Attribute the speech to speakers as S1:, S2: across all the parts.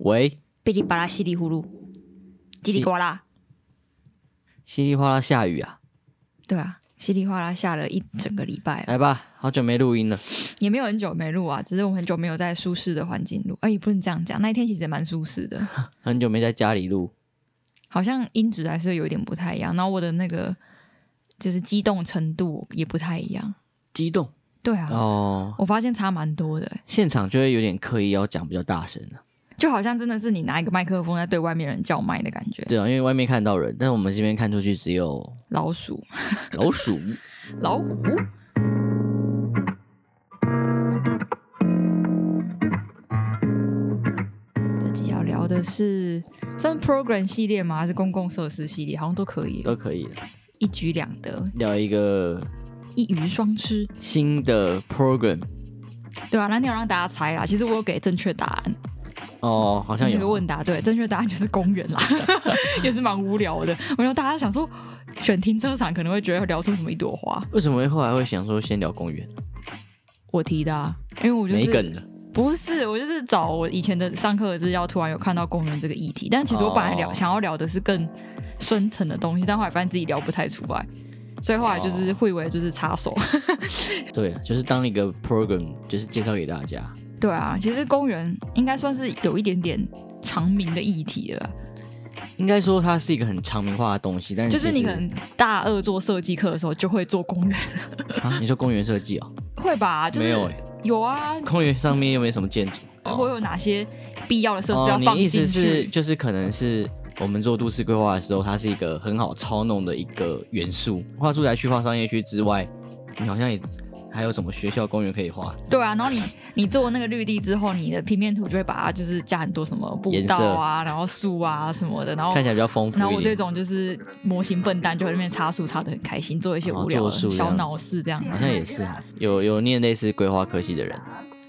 S1: 喂，
S2: 哔哩吧啦稀里呼噜，叽里呱啦，
S1: 稀里哗啦下雨啊，
S2: 对啊，稀里哗啦下了一整个礼拜、啊，
S1: 来吧，好久没录音了，
S2: 也没有很久没录啊，只是我很久没有在舒适的环境录，哎、也不能这样讲，那一天其实也蛮舒适 的，
S1: 很久没在家里录，
S2: 好像音质还是有点不太一样，然后我的那个就是激动程度也不太一样，
S1: 激动
S2: 对啊，
S1: 哦，
S2: 我发现差蛮多的、欸
S1: 现场就会有点刻意要讲比较大声啊了、
S2: 就好像真的是你拿一个麦克风在对外面人叫卖的感觉。
S1: 对啊，因为外面看到人，但是我们这边看出去只有
S2: 老鼠，
S1: 老鼠。
S2: 老虎。这集要聊的是算 program 系列吗？还是公共设施系列？好像都可以，
S1: 都可以
S2: 一举两得，
S1: 聊一个
S2: 一鱼双吃，
S1: 新的 program
S2: 对啊，那你有让大家猜啦。其实我有给正确答案，
S1: 哦，好像
S2: 那个
S1: 有
S2: 问答对，正确答案就是公园啦， 也是蛮无聊的。我说大家想说选停车场可能会觉得聊出什么一朵花，
S1: 为什么会后来会想说先聊公园？
S2: 我提的、啊，因为我就是
S1: 没梗的，
S2: 不是，我就是找我以前的上课的资料，突然有看到公园这个议题，但其实我本来聊、
S1: 哦
S2: 想要聊的是更深层的东西，但后来发现自己聊不太出来，所以后来就是
S1: 哦
S2: 会以为就是插手。
S1: 对，啊就是当一个 program，就是介绍给大家。
S2: 对啊，其实公园应该算是有一点点长明的议题了，
S1: 应该说它是一个很长名化的东西，但是
S2: 就
S1: 嗯
S2: 是
S1: 其
S2: 你
S1: 实
S2: 可能大二做设计课的时候就会做公园，
S1: 啊，你说公园设计哦，
S2: 会吧？就是
S1: 没有、欸，
S2: 有啊，
S1: 公园上面又没什么建筑。
S2: 会有哪些必要的设施
S1: 哦
S2: 要
S1: 你
S2: 放
S1: 意
S2: 进
S1: 思是
S2: 去？
S1: 就是可能是我们做都市规划的时候，它是一个很好操弄的一个元素。画住宅区、画商业区之外，你好像也还有什么学校、公园可以画？
S2: 对啊，然后你你做那个绿地之后，你的平面图就会把它就是加很多什么步
S1: 颜色
S2: 道啊，然后树啊什么的，然后
S1: 看起来比较丰富
S2: 然后
S1: 一
S2: 我这
S1: 点。
S2: 种就是模型笨蛋，就在那边插树插的很开心，做一些无聊
S1: 哦做树
S2: 的
S1: 这
S2: 小
S1: 样子
S2: 脑事这样。
S1: 好像也是哈，有有念类似规划科系的人，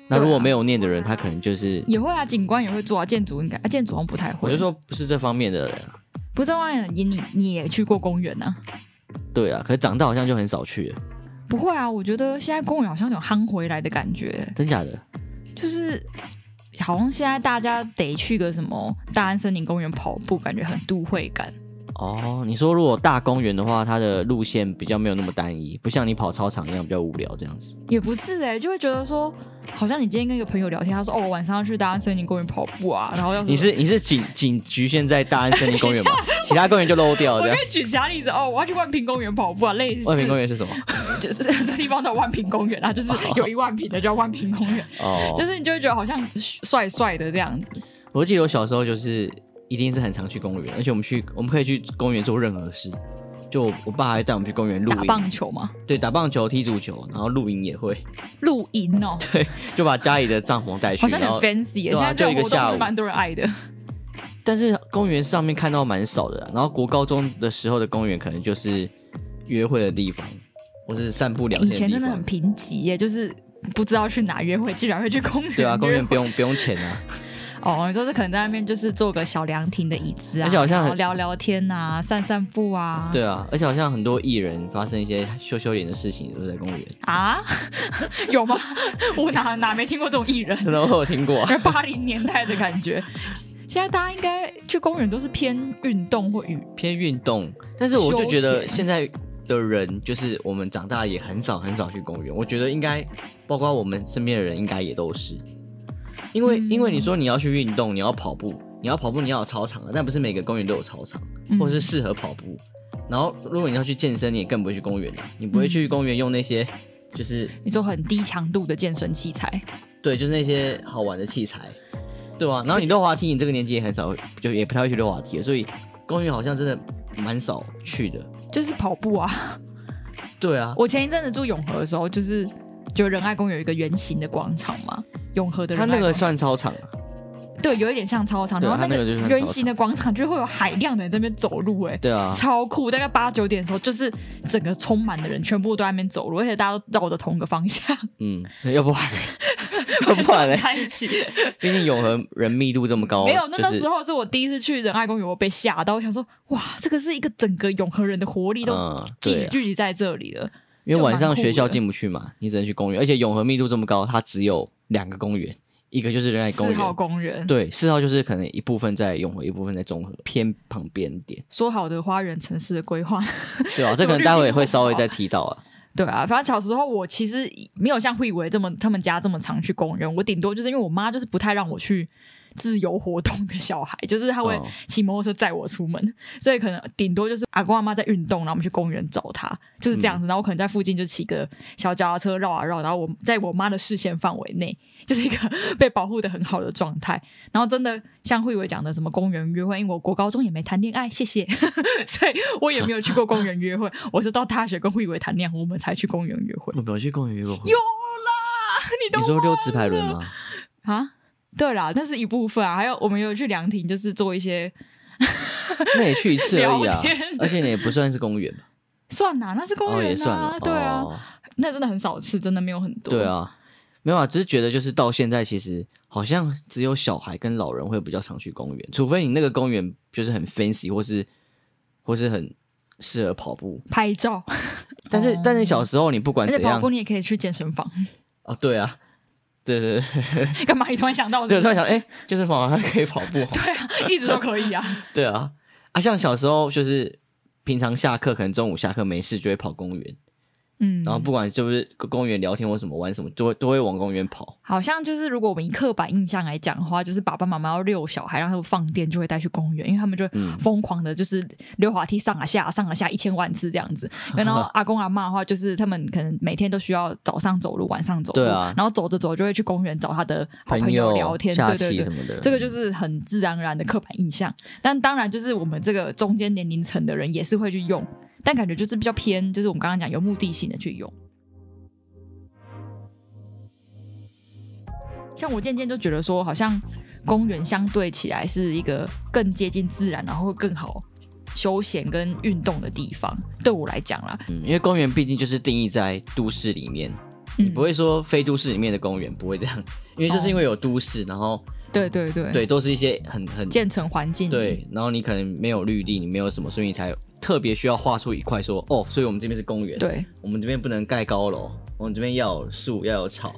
S1: 那如果没有念的人，他可能就是
S2: 啊也会啊，景观也会做啊，建筑应该啊，建筑好像不太会。
S1: 我就说不是这方面的人啊。
S2: 不是万你你你也去过公园啊？
S1: 对啊，可是长大好像就很少去了，
S2: 不会啊，我觉得现在公园好像有夯回来的感觉，
S1: 真假的？
S2: 就是好像现在大家得去个什么大安森林公园跑步，感觉很都会感。
S1: 哦，你说如果大公园的话，它的路线比较没有那么单一，不像你跑操场一样比较无聊这样子。
S2: 也不是哎、就会觉得说，好像你今天跟一个朋友聊天，他说哦，我晚上要去大安森林公园跑步啊，然后要
S1: 你是你是仅仅局限在大安森林公园 吗？其他公园就漏掉
S2: 我
S1: 这
S2: 可
S1: 样。
S2: 以举其他例子哦，我要去万平公园跑步啊，类似
S1: 外平公园是啊什么？
S2: 就是很多地方都有万平公园啊，就是有一万平的叫万平公园，
S1: 哦，
S2: 就是你就会觉得好像帅帅的这样子。
S1: 我记得我小时候就是一定是很常去公园，而且我们去我们可以去公园做任何事。就我我爸还带我们去公园露
S2: 打
S1: 营，
S2: 棒球嘛，
S1: 对，打棒球、踢足球，然后露营也会，
S2: 露营 哦，
S1: 就把家里的帐篷带去。
S2: 好像很
S1: 然后，
S2: fancy 耶、
S1: 对啊
S2: 现在这
S1: 就一
S2: 种
S1: 个
S2: 活
S1: 下
S2: 动
S1: 午
S2: 是蛮多人爱的。
S1: 但是公园上面看到蛮少的啦。然后国高中的时候的公园可能就是约会的地方，或是散步聊天
S2: 以
S1: 的地方。
S2: 前真的很贫瘠耶，就是不知道去哪约会，竟然会去公园。
S1: 对啊，公园不
S2: 用
S1: 用不用钱啊。
S2: 哦，你说是可能在那边就是坐个小凉亭的椅子啊，
S1: 而且好像很
S2: 然后聊聊天啊，散散步啊，
S1: 对啊，而且好像很多艺人发生一些羞羞脸的事情都在公 园，
S2: 啊， 有吗？我哪哪没听过这种艺人？
S1: 真的我有听过、啊。
S2: 八零年代的感觉。现在大家应该去公园都是偏运动或娱，
S1: 偏运动，但是我就觉
S2: 休
S1: 得
S2: 闲
S1: 现在的人，就是我们长大也很少很少去公园。我觉得应该包括我们身边的人，应该也都是，因为、因为你说你要去运动，你要跑步，你要跑步，你要有操场啊，但不是每个公园都有操场，
S2: 嗯
S1: 或者是适合跑步。然后如果你要去健身，你也更不会去公园啊，你不会去公园用那些就是
S2: 你说很低强度的健身器材，
S1: 对，就是那些好玩的器材，对吧、然后你溜滑梯，你这个年纪也很少，就也不太会去溜滑梯了，所以公园好像真的蛮少去的。
S2: 就是跑步啊。
S1: 对啊，
S2: 我前一阵子住永和的时候，就是就仁爱公园有一个圆形的广场嘛，永和的
S1: 它
S2: 仁
S1: 那
S2: 爱
S1: 个
S2: 广
S1: 算操场啊，
S2: 对，有一点像操场，
S1: 对
S2: 然后
S1: 它那个
S2: 个
S1: 就是像操场
S2: 圆形的广场就会有海量的人在那边走路、哎、
S1: 对啊，
S2: 超酷！大概八九点的时候，就是整个充满的人，全部都在那边走路，而且大家都绕着同一个方 向，
S1: 嗯，要 不然要不然嘞，
S2: 在一起。
S1: 毕竟永和人密度这么高，
S2: 没有，那
S1: 就
S2: 那
S1: 是
S2: 时候是我第一次去仁爱公园，我被吓到，我想说，哇，这个是一个整个永和人的活力都
S1: 嗯，
S2: 聚
S1: 对、啊，
S2: 聚集在这里了。
S1: 因为晚
S2: 就
S1: 上
S2: 蛮酷
S1: 学校
S2: 的
S1: 进不去嘛，你只能去公园，而且永和密度这么高，它只有两个公园，一个就是仁爱公
S2: 四
S1: 园，
S2: 号公园，
S1: 对，四号就是可能一部分在永和，一部分在中和偏旁边 点，
S2: 说好的花园城市的规划，
S1: 对啊，这可能待会也会稍微再提到啊。
S2: 对啊，反正小时候我其实没有像慧伟这么他们家这么常去公园，我顶多就是因为我妈就是不太让我去自由活动的小孩，就是她会
S1: 哦
S2: 骑摩托车载我出门，所以可能顶多就是阿公阿妈在运动，然后我们去公园找她，就是这样子。然后我可能在附近就骑个小脚踏车绕啊绕，然后我在我妈的视线范围内，就是一个 被保护的很好的状态。然后真的像慧伟讲的什么公园约会，因为我国高中也没谈恋爱，谢 谢，所以我也没有去过公园约会。我是到大学跟慧伟谈恋爱，我们才去公园约会。
S1: 我没有去公园约过会，
S2: 有啦，你
S1: 你
S2: 都
S1: 说溜直排轮 吗？
S2: 啊？对啦，那是一部分啊。还有我们有去凉亭，就是做一些
S1: 那也去一次而已啊
S2: 聊天，
S1: 而且你也不算是公园吧？
S2: 算啦，那是公园、啊
S1: 哦，也算了，
S2: 对啊，
S1: 哦
S2: 那真的很少次，真的没有很多。
S1: 对，啊，没有啊，只是觉得就是到现在，其实好像只有小孩跟老人会比较常去公园，除非你那个公园就是很 fancy 或是或是很适合跑步。
S2: 拍照，
S1: 但是、
S2: 哦
S1: 但是小时候你不管
S2: 而且
S1: 怎
S2: 跑
S1: 样
S2: 步你也可以去健身房。
S1: 哦，对啊，对对对，
S2: 干嘛？你突然想到是不
S1: 对我
S2: 是？
S1: 突然想，哎、健身房好像可以跑 步哦，
S2: 对啊，一直都可 以啊。
S1: 对啊，啊，像小时候就是平常下课可能中午下课没事就会跑公园，
S2: 嗯，
S1: 然后不管是不是公园聊天或什么玩什么，都会都会往公园跑。
S2: 好像就是，如果我们以刻板印象来讲的话，就是爸爸妈妈要遛小孩，让他们放电，就会带去公园，因为他们就会
S1: 嗯
S2: 疯狂的，就是溜滑梯上啊下啊上啊下一千万次这样子。
S1: 嗯
S2: 然后阿公阿妈的话，就是他们可能每天都需要早上走路，晚上走路，
S1: 对啊
S2: 然后走着走就会去公园找他的好朋
S1: 友
S2: 聊天，
S1: 下
S2: 对
S1: 棋
S2: 对对
S1: 什。么的，
S2: 这个就是很自然而然的刻板印象，但当然就是我们这个中间年龄层的人也是会去用，但感觉就是比较偏，就是我们刚刚讲有目的性的去用。像我渐渐就觉得说，好像公园相对起来是一个更接近自然，然后会更好休闲跟运动的地方，对我来讲啦，
S1: 嗯，因为公园毕竟就是定义在都市里面，
S2: 嗯，
S1: 你不会说非都市里面的公园不会这样，因为就是因为有都市，然后
S2: 对对对，
S1: 对，都是一些很很
S2: 建成环境里
S1: 对，然后你可能没有绿地，你没有什么，所以你才有特别需要画出一块说哦，所以我们这边是公园，，
S2: 对，
S1: 我们这边不能盖高楼，我们这边要有树，要有草，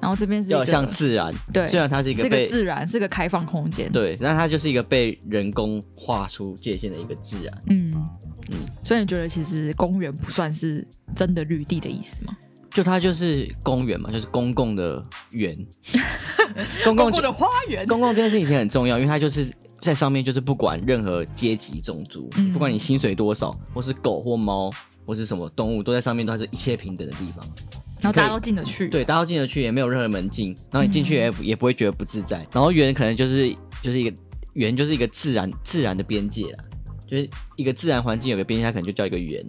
S2: 然后这边是一
S1: 要
S2: 个
S1: 有像自然，
S2: 对
S1: 虽然它是一
S2: 是
S1: 个
S2: 一个
S1: 被
S2: 自然，是个开放空间，
S1: 对，但它就是一个被人工画出界限的一个自然，
S2: 嗯
S1: 嗯，
S2: 所以你觉得其实公园不算是真的绿地的意思吗？
S1: 就它就是公园嘛，就是公共的园，公共
S2: 的花园
S1: 公共这件事情很重要，因为它就是在上面，就是不管任何阶级、种族，
S2: 嗯
S1: 不管你薪水多少，或是狗或猫或是什么动物，都在上面，都是一切平等的地方。
S2: 然后大家都进得去，，
S1: 对，大家都进得去，也没有任何门禁，然后你进去也、也不会觉得不自在。然后园可能就是就是一个园，就是一个自然自然的边界啦。就是一个自然环境有个边界，它可能就叫一个园，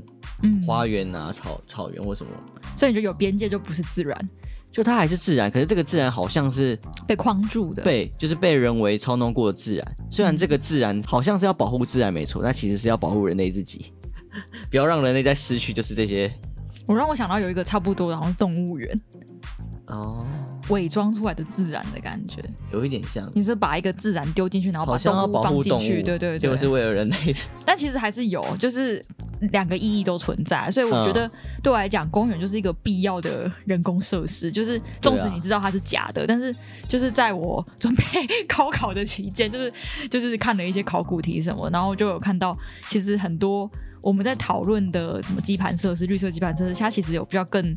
S2: 嗯，
S1: 花园啊、草草原或什么，
S2: 所以你觉得有边界就不是自然，
S1: 就它还是自然，可是这个自然好像是
S2: 被框住的，，
S1: 被就是被人为操弄过的自然，虽然这个自然好像是要保护自然没错，但其实是要保护人类自己，不要让人类再失去就是这些
S2: 我让我想到有一个差不多的，好像是动物园
S1: 哦，
S2: 伪装出来的自然的感觉，
S1: 有一点像，
S2: 你是把一个自然丢进去，然后
S1: 好
S2: 把
S1: 像
S2: 动
S1: 要
S2: 物
S1: 保
S2: 放
S1: 护
S2: 进
S1: 动
S2: 去，
S1: 物，
S2: 对对对，
S1: 就是为了人 类。
S2: 但其实还是有，就是两个意义都存在，所以我觉
S1: 嗯
S2: 得对我来讲，公园就是一个必要的人工设施。就是纵使
S1: 对啊
S2: 你知道它是假的，但是就是在我准备高考的期间，就是就是看了一些考古题什么，然后就有看到其实很多我们在讨论的什么基盘设施、绿色基盘设施，它其实有比较更。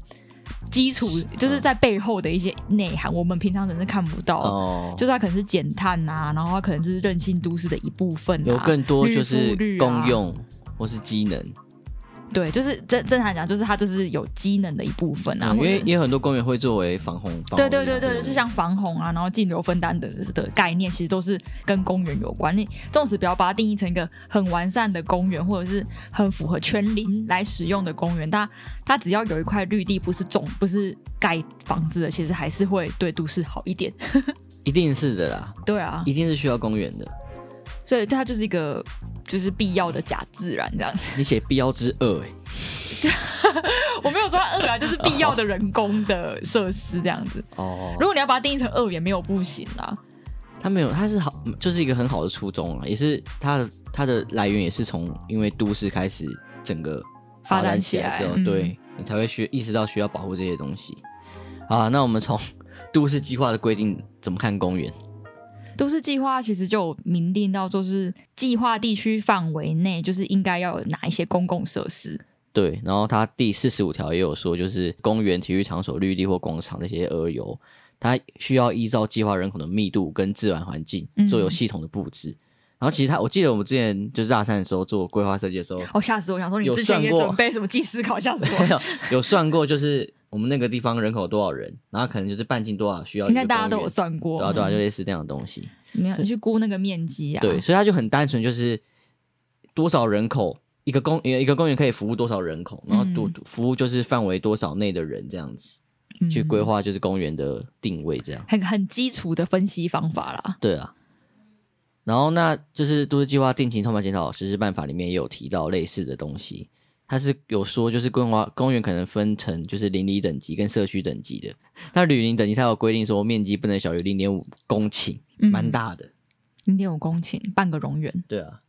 S2: 基础就是在背后的一些内涵，我们平常人是看不到的。
S1: 哦，
S2: 就是它可能是减碳啊，然后它可能是韧性都市的一部分、啊，
S1: 有更多
S2: 绿
S1: 就
S2: 复
S1: 是
S2: 绿啊
S1: 公用或是机能，
S2: 对，就是正正常讲，就是它这是有机能的一部分啊，
S1: 嗯因
S2: 或者
S1: 为啊也有很多公园会作为防洪。防
S2: 对
S1: 洪
S2: 对
S1: 用
S2: 对对，就像防洪啊，然后径流分担的的概念，其实都是跟公园有关。你纵使不要把它定义成一个很完善的公园，或者是很符合全龄来使用的公园，它它只要有一块绿地，不是种不是盖房子的，其实还是会对都市好一点。
S1: 一定是的啦，
S2: 对啊，
S1: 一定是需要公园的。
S2: 所以它就是一个就是必要的假自然这样子。
S1: 你写必要之二、欸，
S2: 我没有说它恶啊，就是必要的人工的设施这样子。
S1: 哦
S2: 如果你要把它定义成恶，也没有不行啊。
S1: 他没有，他是好，就是一个很好的初衷啊，也是他的他的来源也是从因为都市开始整个
S2: 发展
S1: 展
S2: 起
S1: 来
S2: 来
S1: 之后，
S2: 嗯
S1: 对你才会需意识到需要保护这些东西。好啊，那我们从 都市计划的规定怎么看公园？
S2: 都市计划其实就有明定到，就是计划地区范围内，就是应该要有哪一些公共设施。
S1: 对，然后它第四十五条也有说，就是公园、体育场所、绿地或广场那些鹅游，它需要依照计划人口的密度跟自然环境
S2: 嗯
S1: 做有系统的布置。然后其实它，我记得我们之前就是大三的时候做规划设计的时候，
S2: 哦，吓死我！想说你
S1: 有
S2: 之前也
S1: 算过
S2: 准备什么记思考，吓死
S1: 没
S2: 我！
S1: 有有算过，就是我们那个地方人口多少人，然后可能就是半径多少需要一
S2: 应
S1: 个公园，
S2: 该大家都有算过。
S1: 对啊对啊，就
S2: 嗯
S1: 类似这样的东西。
S2: 你要你去估那个面积啊。
S1: 对，所以它就很单纯，就是多少人口一个公一个公园可以服务多少人口，然后多、服务就是范围多少内的人这样子
S2: 嗯，
S1: 去规划，就是公园的定位这样。
S2: 很很基础的分析方法啦。
S1: 对啊，然后那就是都市计划定期通盘检讨实施办法里面也有提到类似的东西。它是有说，就是规划公园可能分成就是邻里等级跟社区等级的。那旅林等级它有规定说面积不能小于零点五公顷，
S2: 嗯
S1: 蛮大的。
S2: 零点五公顷，半个容园。
S1: 对啊，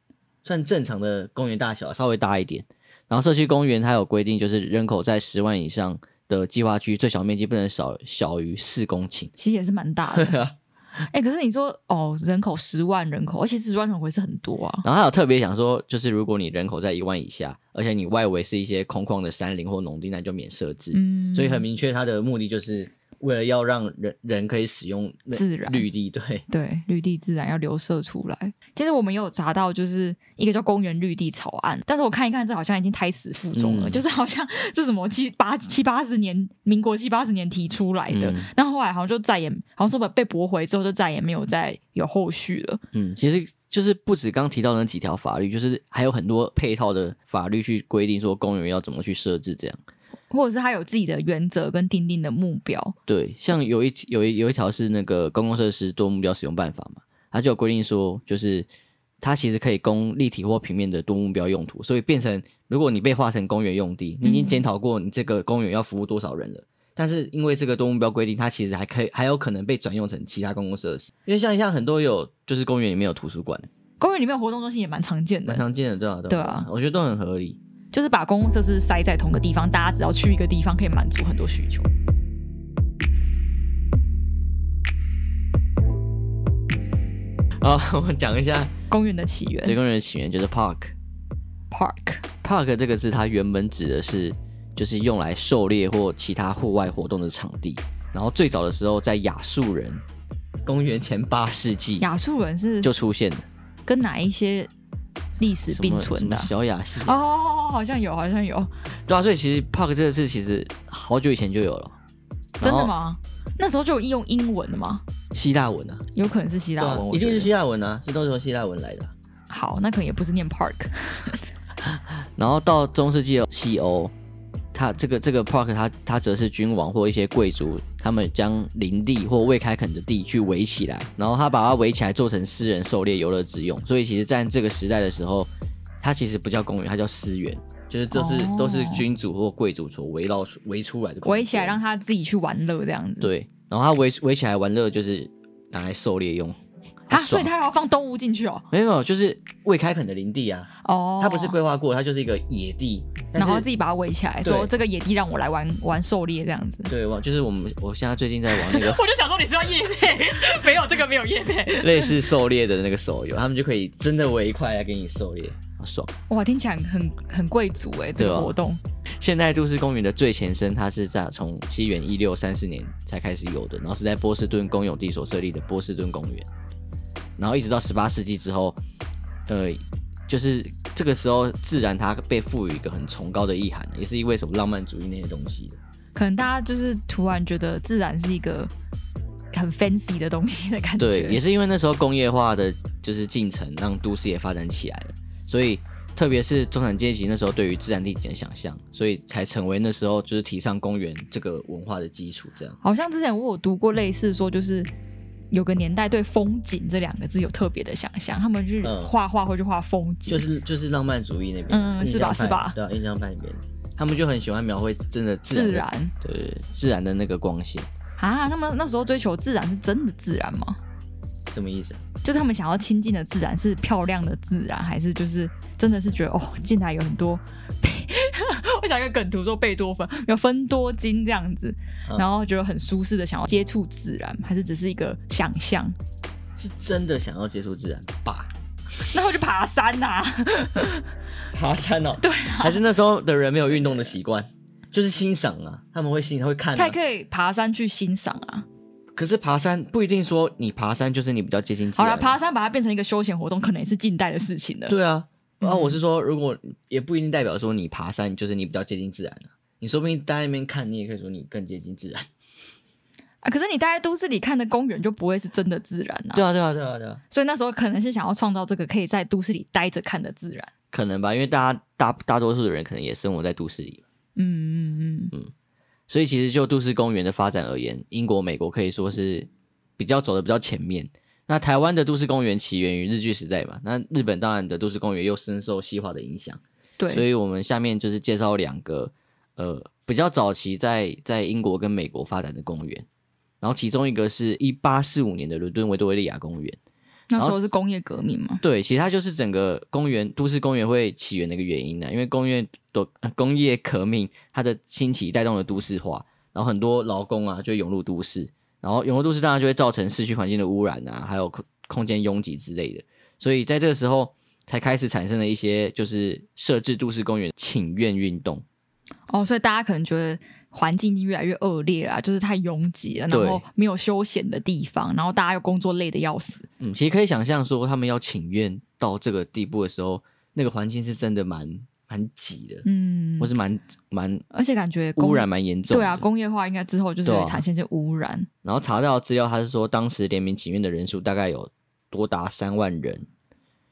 S1: 算正常的公园大小，稍微大一点。然后社区公园它有规定，就是人口在十万以上的计划区，最小面积不能少小于四公顷。
S2: 其实也是蛮大的。 哎、可是你说哦，人口十万人口，而且十万人口也是很多啊。
S1: 然后还有特别想说，就是如果你人口在一万以下，而且你外围是一些空旷的山林或农地，那就免设置。
S2: 嗯，
S1: 所以很明确，它的目的就是为了要让人人可以使用那
S2: 嗯自然
S1: 绿地。对，
S2: 对绿地自然要流射出来。其实我们也有查到，就是一个叫公园绿地草案，但是我看一看，这好像已经胎死腹中了，
S1: 嗯
S2: 就是好像这什么七八七八十年，民国七八十年提出来的，
S1: 嗯
S2: 但后来好像就再也好像说被被驳回之后，就再也没有再有后续了。
S1: 嗯，其实就是不止刚提到那几条法律，就是还有很多配套的法律去规定说公园要怎么去设置这样。
S2: 或者是他有自己的原则跟定定的目标，
S1: 对，像有一有一有一条是那个公共设施多目标使用办法嘛，它就有规定说，就是它其实可以供立体或平面的多目标用途，所以变成如果你被划成公园用地，你已经
S2: 嗯
S1: 检讨过你这个公园要服务多少人了。但是因为这个多目标规定，它其实还可以，还有可能被转用成其他公共设施。因为像像很多有就是公园里面有图书馆，
S2: 公园里面的活动中心也蛮常见的
S1: 蛮，常见的，对啊？
S2: 对啊
S1: 我觉得都很合理。
S2: 就是把公共设施塞在同个地方，大家只要去一个地方，可以满足很多需求。
S1: 啊， 我们讲一下
S2: 公园的起源
S1: 这个公园的起源，就是 park。
S2: ，park，
S1: Park 这个字，它原本指的是就是用来狩猎或其他户外活动的场地。然后最早的时候，在亚述人公元前八世纪
S2: 亚述人是
S1: 就出现了，
S2: 跟哪一些历史
S1: 什
S2: 并
S1: 么什
S2: 存
S1: 么
S2: 的啊？
S1: 小亚细亚，
S2: 哦，好像有，好像有，
S1: 对啊，所以其实 Park 这个字其实好久以前就有了，
S2: 真的？吗？那时候就有用英文的吗？
S1: 希腊文啊，
S2: 有可能是希腊
S1: 对啊
S2: 文，我
S1: 一
S2: 觉
S1: 定是
S2: 得
S1: 希腊文啊，这都是从希腊文来的啊。
S2: 好，那可能也不是念 park，
S1: 然后到中世纪的西欧，它这个这个 park 它它则是君王或一些贵族，他们将林地或未开垦的地去围起来，然后他把它围起来做成私人狩猎游乐之用。所以其实，在这个时代的时候，它其实不叫公园，它叫私园，就是都是、
S2: 哦
S1: 都是君主或贵族所围绕围出来的空间。
S2: 围起来让嗯他自己去玩乐这样子。
S1: 对，然后它围围起来玩乐就是拿来狩猎用。
S2: 啊，
S1: 很
S2: 所
S1: 爽
S2: 以他要放动物进去哦。
S1: 没有没有，就是未开垦的林地啊，
S2: 哦，
S1: 它不是规划过，它就是一个野地，但
S2: 然后
S1: 是
S2: 自己把它围起来，
S1: 对
S2: 说这个野地让我来玩玩狩猎这样子。
S1: 对，我就是我们，我现在最近在玩那个
S2: 我就想说你是要夜配，没有这个没有夜配。
S1: 类似狩猎的那个手游，他们就可以真的围一块来给你狩猎，好爽。
S2: 哇，听起来很很贵族哎、这
S1: 对
S2: 个
S1: 啊
S2: 活动。
S1: 现代都市公园的最前身，它是在从西元一六三四年才开始有的，然后是在波士顿公有地所设立的波士顿公园，然后一直到十八世纪之后，呃，就是这个时候自然它被赋予一个很崇高的意涵，也是因为什么浪漫主义那些东西的。
S2: 可能大家就是突然觉得自然是一个很 fancy 的东西的感觉。
S1: 对，也
S2: 是
S1: 是因为那时候工业化的就是进程，让都市也发展起来了，所以特别是中产阶级那时候对于自然地景的想象，所以才成为那时候就是提倡公园这个文化的基础。这样，
S2: 好像之前我有读过类似说，就是有个年代对风景这两个字有特别的想象，他们去
S1: 嗯
S2: 画画会去画风景，
S1: 就是就是浪漫主义那边，
S2: 嗯
S1: 印
S2: 是吧
S1: 象派
S2: 是吧
S1: 对啊，印象派那边，他们就很喜欢描绘真的自然
S2: 自
S1: 的
S2: 然
S1: 对自然的那个光线，
S2: 啊。那么那时候追求自然是真的自然吗？
S1: 什么意思啊？
S2: 就是他们想要亲近的自然 是漂亮的自然，还是就是真的是觉得哦，进来有很多被我想一个梗图说贝多芬有分多金这样子，
S1: 嗯
S2: 然后觉得很舒适的想要接触自然，还是只是一个想象？
S1: 是真的想要接触自然吧？
S2: 那我就爬山啊呐、
S1: 嗯爬山哦，
S2: 对啊
S1: 还是那时候的人没有运动的习惯，就是欣赏啊，他们会欣赏会看、
S2: 他
S1: 啊
S2: 也。可以爬山去欣赏啊。
S1: 可是爬山不一定说你爬山就是你比较接近自
S2: 好
S1: 然。
S2: 了，爬山把它变成一个休闲活动，可能也是近代的事情了。
S1: 对啊，
S2: 嗯
S1: 啊，我是说，如果也不一定代表说你爬山就是你比较接近自然啊。你说不定待在那边看，你也可以说你更接近自然。
S2: 啊，可是你待在都市里看的公园就不会是真的自然啊。
S1: 对啊，对啊，对啊，对啊，
S2: 所以那时候可能是想要创造这个可以在都市里待着看的自然。
S1: 可能吧，因为大家大大多数的人可能也生活在都市里，
S2: 嗯嗯嗯，
S1: 所以其实就都市公园的发展而言，英国、美国可以说是比较走的比较前面。那台湾的都市公园起源于日据时代嘛，那日本当然的都市公园又深受西化的影响。所
S2: 对，
S1: 以我们下面就是介绍两个呃比较早期在在英国跟美国发展的公园，然后其中一个是一八四五年的伦敦维多利亚公园，
S2: 那时候
S1: 哦
S2: 是工业革命嘛。
S1: 对，其实它就是整个公园都市公园会起源的一个原因啊呢、因为工业的、呃工业革命它的兴起带动了都市化，然后很多劳工啊就会涌入都市，然后涌入都市当然就会造成市区环境的污染啊，还有空空间拥挤之类的，所以在这个时候才开始产生了一些就是设置都市公园请愿运动。
S2: 哦，所以大家可能觉得环境已经越来越恶劣了啊，就是太拥挤了，然
S1: 对
S2: 后没有休闲的地方，然后大家又工作累的要死。
S1: 嗯，其实可以想象说，他们要请愿到这个地步的时候，那个环境是真的蛮蛮挤的，
S2: 嗯
S1: 或，是蛮蛮
S2: 而且感觉工
S1: 污染蛮严重的。
S2: 对啊，工业化应该之后就是
S1: 对啊
S2: 会产生一些污染。
S1: 然后查到资料，他是说当时联名请愿的人数大概有多达三万人。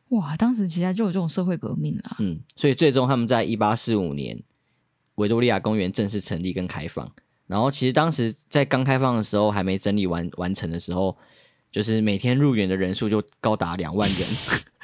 S2: 哇，当时其实就有这种社会革命啦。
S1: 嗯，所以最终他们在一八四五年维多利亚公园正式成立跟开放。然后其实当时在刚开放的时候，还没整理完完成的时候，就是每天入园的人数就高达两万人。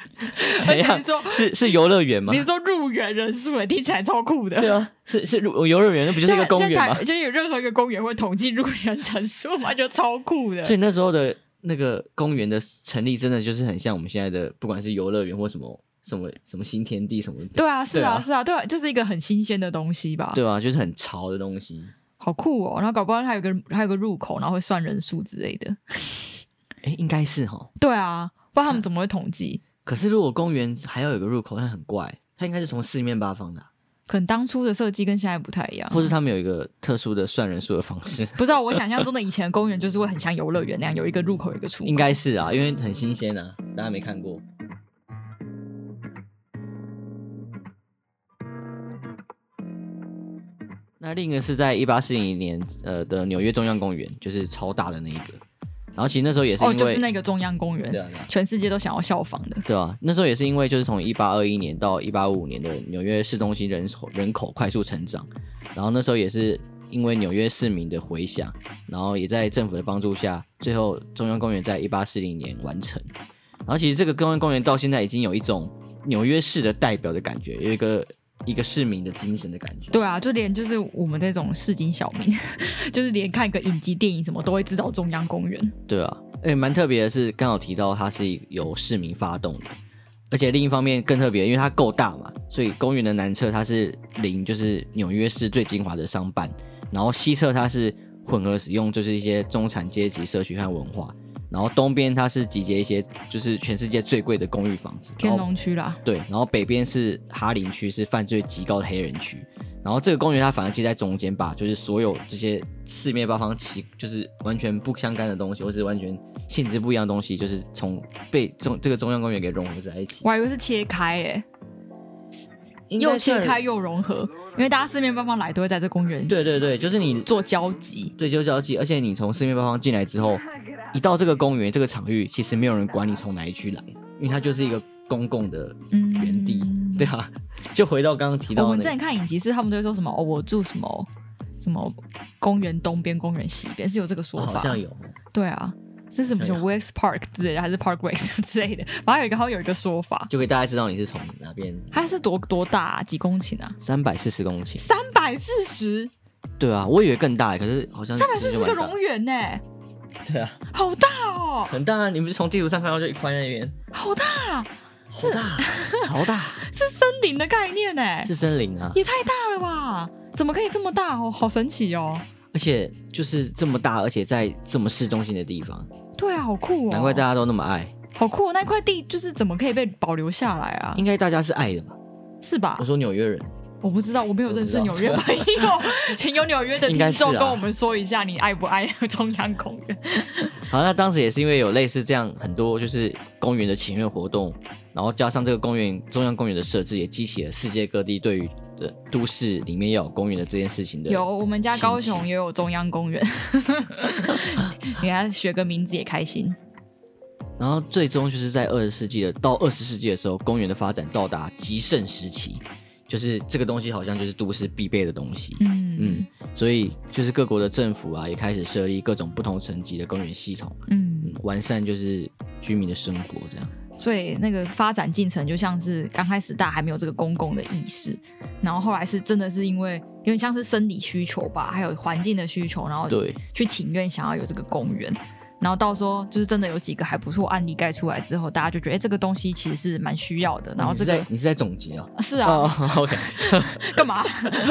S1: 怎
S2: 而且
S1: 样
S2: 你？说
S1: 是是游乐园吗
S2: 你？说入园人数欸也听起来超酷的。
S1: 对啊，是是游游乐园，那不就是一个公园吗
S2: 就？有任何一个公园会统计入园人数嘛，就超酷的。
S1: 所以那时候的那个公园的成立，真的就是很像我们现在的，不管是游乐园或什么什么什么新天地什么的，
S2: 对啊，是
S1: 对
S2: 啊，
S1: 啊
S2: 是啊，对啊，就是一个很新鲜的东西吧，
S1: 对啊吧、就是很潮的东西。
S2: 好酷哦。然后搞不好还有个还有个入口，然后会算人数之类的。
S1: 哎，应该是哈。
S2: 对啊，不然他们怎么会统计？
S1: 可是如果公园还要有个入口，那很怪，它应该是从四面八方的啊、
S2: 可能当初的设计跟现在不太一样，
S1: 或是他们有一个特殊的算人数的方式，
S2: 不知道。我想象中的以前的公园就是会很像游乐园那样，有一个入口，有一个出口。
S1: 应该是啊，因为很新鲜啊，大家没看过。那另一个是在一八四零年，呃的纽约中央公园，就是超大的那一个。然后其实那时候也是因
S2: 哦，
S1: 为，
S2: 就是那个中央公
S1: 对
S2: 园，
S1: 啊对啊
S2: 全世界都想要效仿的。
S1: 对啊，那时候也是因为就是从一八二一年到一八五五年的纽约市中心人口人口快速成长，然后那时候也是因为纽约市民的回响，然后也在政府的帮助下，最后中央公园在一八四零年完成。然后其实这个中央公园到现在已经有一种纽约市的代表的感觉，有一个一个市民的精神的感觉。
S2: 对啊，就连就是我们这种市井小民， 就是连看个影集、电影什么都会知道中央公园。
S1: 对啊，哎，蛮特别的是，刚好提到它是由市民发动的，而且另一方面更特别，因为它够大嘛，所以公园的南侧它是零，就是纽约市最精华的商办，然后西侧它是混合使用，就是一些中产阶级社区和文化，然后东边它是集结一些就是全世界最贵的公寓房子，
S2: 天
S1: 然后
S2: 龙区啦，
S1: 对，然后北边是哈林区，是犯罪极高的黑人区。然后这个公园它反而接在中间，把就是所有这些四面八方奇，就是完全不相干的东西，或是完全性质不一样的东西，就是从被中这个中央公园给融合在一起
S2: 我。还以为是切开诶、又切开。又融合，因为大家四面八方来都会在这公园
S1: 对对对，就是你
S2: 做交集。
S1: 对就交际，而且你从四面八方进来之后，一到这个公园这个场域，其实没有人管你从哪一区来，因为它就是一个公共的
S2: 嗯
S1: 园地，对啊。就回到刚刚提到、那
S2: 我们
S1: 个
S2: 之前看影集是他们都会说什么哦，我住什么什么公园东边、公园西边，是有这个说
S1: 哦
S2: 法。
S1: 好像哎有，
S2: 对啊，是什么什么 West Park 之类的，还是 Park West 之类的，反正有一个好像有一个说法。
S1: 就可以大概知道你是从哪边
S2: 它是多多大啊、几公顷啊？
S1: 三百四十公顷，
S2: 三百四十，
S1: 对啊，我以为更大，可是好像
S2: 三百四十
S1: 就
S2: 个
S1: 蛮大
S2: 蝾螈呢、
S1: 对啊，
S2: 好大哦，
S1: 很大啊！你不是从地图上看到就一块那边，
S2: 好大啊！
S1: 好大，好大，啊
S2: 是森林的概念哎、
S1: 是森林啊！
S2: 也太大了吧？怎么可以这么大哦？好神奇哦！
S1: 而且就是这么大，而且在这么市中心的地方，
S2: 对啊，好酷哦！
S1: 难怪大家都那么爱，
S2: 好酷、哦，那块地就是怎么可以被保留下来啊？
S1: 应该大家是爱的吧？
S2: 是吧
S1: 我？说纽约人，
S2: 我不知道，我没有认识
S1: 我
S2: 纽
S1: 不知
S2: 约
S1: 道
S2: 朋友， 请有纽约的
S1: 应该
S2: 听
S1: 是啊
S2: 众跟我们说一下，你爱不爱中央公园？
S1: 好，那当时也是因为有类似这样很多就是公园的请愿活动，然后加上这个公园中央公园的设置，也激起了世界各地对于的都市里面要有公园的这件事情的
S2: 有，我们家
S1: 亲
S2: 高
S1: 戚
S2: 雄也有中央 公园，给他学个名字也开心。
S1: 然后最终就是在二十世纪的到二十世纪的时候，公园的发展到达极盛时期，就是这个东西好像就是都市必备的东西。
S2: 嗯
S1: 嗯，所以就是各国的政府啊，也开始设立各种不同层级的公园系统，
S2: 嗯
S1: 嗯，完善就是居民的生活这样。
S2: 所以那个发展进程就像是刚开始大家还没有这个公共的意识，然后后来是真的是因为有点像是生理需求吧，还有环境的需求，然后
S1: 对，
S2: 去请愿想要有这个公园。然后到时候就是真的有几个还不错案例盖出来之后，大家就觉得哎、诶这个东西其实是蛮需要的。然后这
S1: 哦你是
S2: 个
S1: 在你是在总结啊？
S2: 是
S1: 哦
S2: 啊，
S1: ，OK，
S2: 干嘛？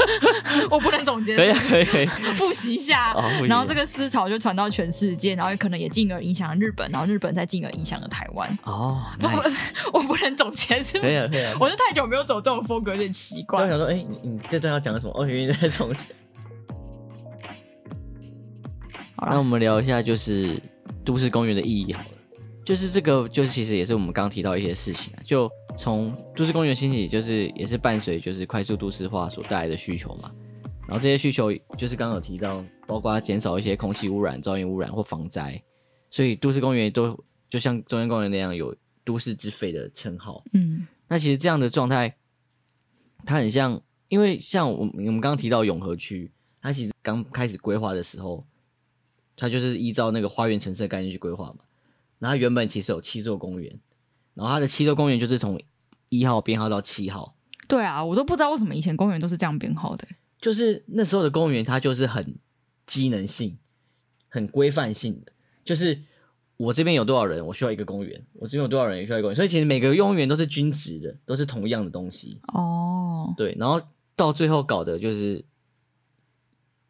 S2: 我不能总结，
S1: 可以啊可以可 以。
S2: 复习一下。
S1: 哦不一
S2: 然后
S1: 样
S2: 这个思潮就传到全世界，然后可能也进而影响了日本，然后日本再进而影响了台湾。
S1: 哦
S2: 不
S1: ，nice，
S2: 我不能总结，是不
S1: 可以啊了
S2: 是？
S1: 可以了。
S2: 我就太久没有走这种风格，有点奇
S1: 刚
S2: 怪
S1: 刚。想说，哎、你你这段要讲什么？哦，原来在总结。
S2: 好
S1: 那我
S2: 了，
S1: 们聊一下就是都市公园的意义好了，就是这个就是其实也是我们刚提到一些事情啊，就从都市公园兴起，啊就是也是伴随就是快速都市化所带来的需求嘛。然后这些需求就是刚刚有提到，包括减少一些空气污染、噪音污染或防灾，所以都市公园都就像中央公园那样有都市之肺的称号。
S2: 嗯
S1: 那其实这样的状态，它很像，因为像我们我们刚刚提到永和区，它其实刚开始规划的时候，它就是依照那个花园城市的概念去规划嘛。然后它原本其实有七座公园，然后它的七座公园就是从一号编号到七号，
S2: 对啊，我都不知道为什么以前公园都是这样编号的、
S1: 就是那时候的公园它就是很机能性、很规范性的，就是。我这边有多少人，我需要一个公园；我这边有多少人，也需要一个公园。所以其实每个公园都是均值的，都是同样的东西。
S2: 哦，
S1: 对，然后到最后搞的就是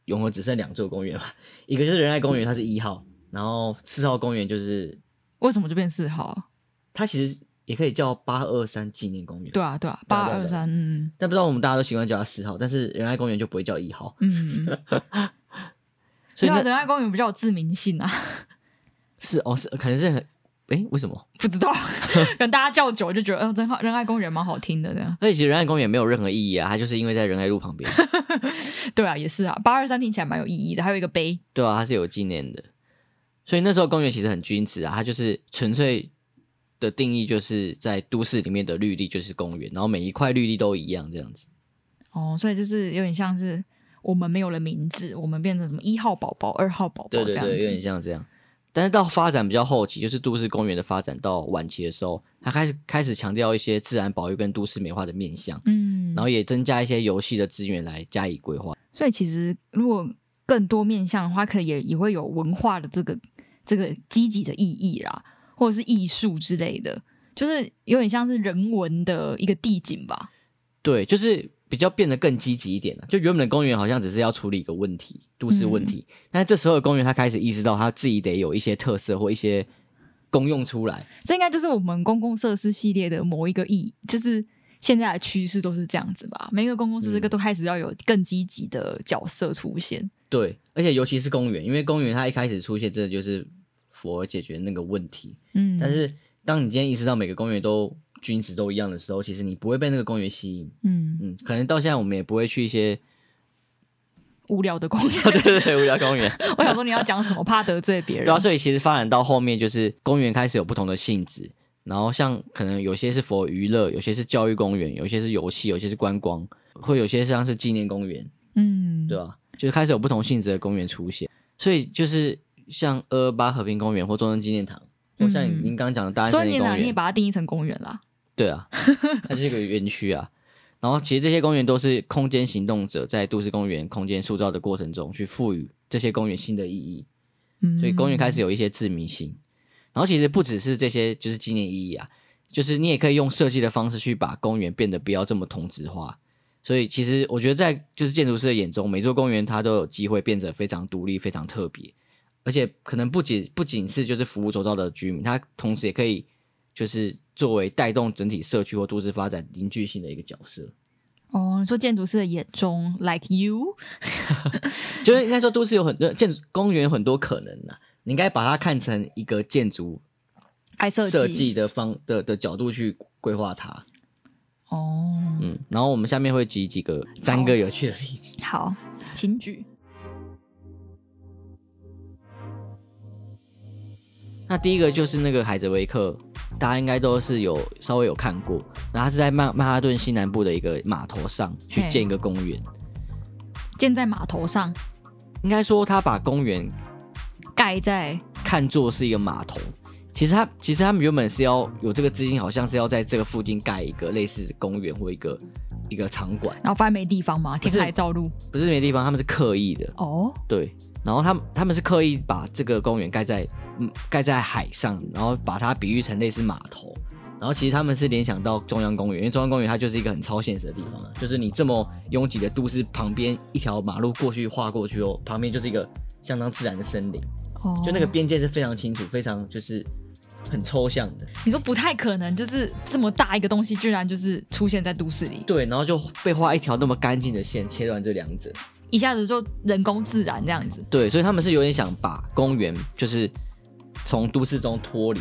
S1: 永和只剩两座公园嘛，一个就是仁爱公园，它是一号，然后四号公园就是
S2: 为什么就变四号啊？
S1: 它其实也可以叫八二三纪念公园，
S2: 对，啊，对啊，
S1: 对
S2: 八
S1: 啊对啊
S2: 二
S1: 对啊
S2: 三，嗯
S1: 但不知道我们大家都习惯叫它四号，但是仁爱公园就不会叫一号，
S2: 嗯，嗯
S1: 所以
S2: 对啊，
S1: 那
S2: 仁爱公园比较有自明性啊，
S1: 是哦是可能是很诶为什么？
S2: 不知道，跟大家叫久就觉得，哦、仁爱仁爱公园蛮好听的这样。
S1: 而且其实仁爱公园没有任何意义啊，它就是因为在仁爱路旁边，
S2: 对啊，也是啊，八二三听起来蛮有意义的，还有一个碑，
S1: 对啊，它是有纪念的，所以那时候公园其实很均值啊，它就是纯粹的定义就是在都市里面的绿地就是公园，然后每一块绿地都一样这样子。
S2: 哦，所以就是有点像是我们没有了名字，我们变成什么一号宝宝、二号宝宝
S1: 对
S2: 哦这
S1: 对
S2: 样子，
S1: 对，有点像这样。但是到发展比较后期，就是都市公园的发展到晚期的时候，它开始开始强调一些自然保育跟都市美化的面向，
S2: 嗯，
S1: 然后也增加一些游戏的资源来加以规划。
S2: 所以其实如果更多面向的话，可能也也会有文化的这个这个积极的意义啦，或者是艺术之类的，就是有点像是人文的一个地景吧。
S1: 对，就是比较变得更积极一点了。就原本的公园好像只是要处理一个问题，都市问题，但是这时候的公园它开始意识到它自己得有一些特色或一些功用出来。
S2: 这应该就是我们公共设施系列的某一个意，就是现在的趋势都是这样子吧。每一个公共设施
S1: 嗯
S2: 都开始要有更积极的角色出现。
S1: 对，而且尤其是公园，因为公园它一开始出现，真的就是佛解决那个问题。
S2: 嗯，
S1: 但是当你今天意识到每个公园都均值都一样的时候，其实你不会被那个公园吸引。
S2: 嗯，
S1: 嗯，可能到现在我们也不会去一些，
S2: 无聊的公 园
S1: 对对对无聊公园。
S2: 我想说你要讲什么，怕得罪别人。
S1: 对啊，所以其实发展到后面，就是公园开始有不同的性质，然后像可能有些是佛娱乐，有些是教育公园，有些是游戏，有些是观光，会有些像是纪念公园，
S2: 嗯，
S1: 对吧、啊就是开始有不同性质的公园出现。所以就是像二二八和平公园或中正纪念堂，或像
S2: 嗯
S1: 您刚刚讲的大安
S2: 中
S1: 森
S2: 间
S1: 林
S2: 建
S1: 公
S2: 堂你
S1: 园
S2: 也，把它定义成公园啦。
S1: 对啊，它就是一个园区啊。然后其实这些公园都是空间行动者在都市公园空间塑造的过程中去赋予这些公园新的意义，
S2: 嗯，
S1: 所以公园开始有一些自明性。然后其实不只是这些就是纪念意义啊，就是你也可以用设计的方式去把公园变得不要这么同质化。所以其实我觉得在就是建筑师的眼中，每座公园它都有机会变得非常独立、非常特别，而且可能不仅不仅是就是服务周遭的居民，它同时也可以就是作为带动整体社区或都市发展凝聚性的一个角色。
S2: 哦，你说建筑师的眼中，like you，
S1: 就是应该说都市有很多建筑公园有很多可能呐、啊你应该把它看成一个建筑
S2: 爱设
S1: 设计的方的的角度去规划它。
S2: 哦，
S1: 嗯，然后我们下面会举几个三个有趣的例子。
S2: 好，请举。
S1: 那第一个就是那个海泽维克，大家应该都是有稍微有看过。然后它是在曼曼哈顿西南部的一个码头上去
S2: 嘿
S1: 建一个公园，
S2: 建在码头上，
S1: 应该说他把公园
S2: 盖在
S1: 看作是一个码头。其实他其实他们原本是要有这个资金，好像是要在这个附近盖一个类似公园或一个一个场馆，
S2: 然后发现没地方嘛，
S1: 不
S2: 填
S1: 是
S2: 海造路。
S1: 不是没地方，他们是刻意的。
S2: 哦，
S1: 对，然后他们他们是刻意把这个公园盖在嗯盖在海上，然后把它比喻成类似码头。然后其实他们是联想到中央公园，因为中央公园它就是一个很超现实的地方啊，就是你这么拥挤的都市旁边一条马路过去划过去哦，旁边就是一个相当自然的森林，
S2: 哦，
S1: 就那个，边界是非常清楚，非常就是很抽象的。
S2: 你说不太可能，就是这么大一个东西，居然就是出现在都市里，
S1: 对，然后就被画一条那么干净的线切断这两者。
S2: 一下子就人工自然这样子。
S1: 对，所以他们是有点想把公园就是从都市中脱离，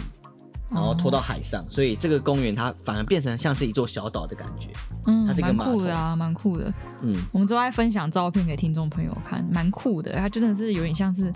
S1: 然后拖到海上，所以这个公园它反而变成像是一座小岛的感觉。
S2: 嗯
S1: 它是一个
S2: 蛮
S1: 码
S2: 酷
S1: 头
S2: 的啊，蛮酷的。
S1: 嗯，
S2: 我们之后再分享照片给听众朋友看，蛮酷的。它真的是有点像是，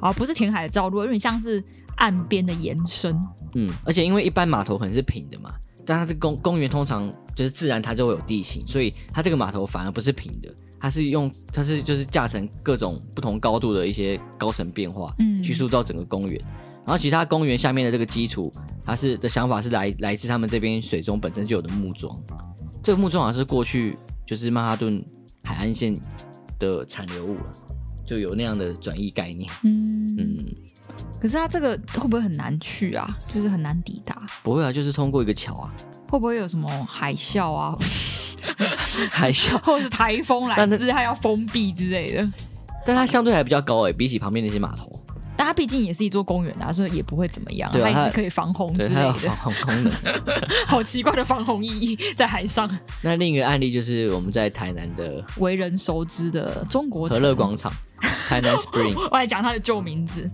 S2: 啊，不是填海造路，有点像是岸边的延伸。
S1: 嗯，而且因为一般码头可能是平的嘛，但它这公公园通常就是自然它就会有地形，所以它这个码头反而不是平的，它是用它是就是架成各种不同高度的一些高层变化，
S2: 嗯
S1: 去塑造整个公园。然后其实它公园下面的这个基础，它是的想法是来来自他们这边水中本身就有的木桩，这个木桩好像是过去就是曼哈顿海岸线的残留物了，就有那样的转移概念。
S2: 嗯，
S1: 嗯，
S2: 可是它这个会不会很难去啊？就是很难抵达，
S1: 不会啊，就是通过一个桥啊，
S2: 会不会有什么海啸啊，
S1: 海啸
S2: 或者是台风来
S1: 但是
S2: 自它要封闭之类的？
S1: 但它相对还比较高诶，欸比起旁边那些码头，
S2: 但它毕竟也是一座公园啊，所以也不会怎么样，
S1: 对啊
S2: 它也
S1: 它
S2: 是可以防洪
S1: 对，
S2: 之类
S1: 它有
S2: 的
S1: 防。洪功 能。
S2: 好奇怪的防洪意义在海上，
S1: 那另一个案例就是我们在台南的
S2: 为人熟知的中国
S1: 和
S2: 城
S1: 乐广场，台南 Spring。
S2: 我还讲它的旧名字。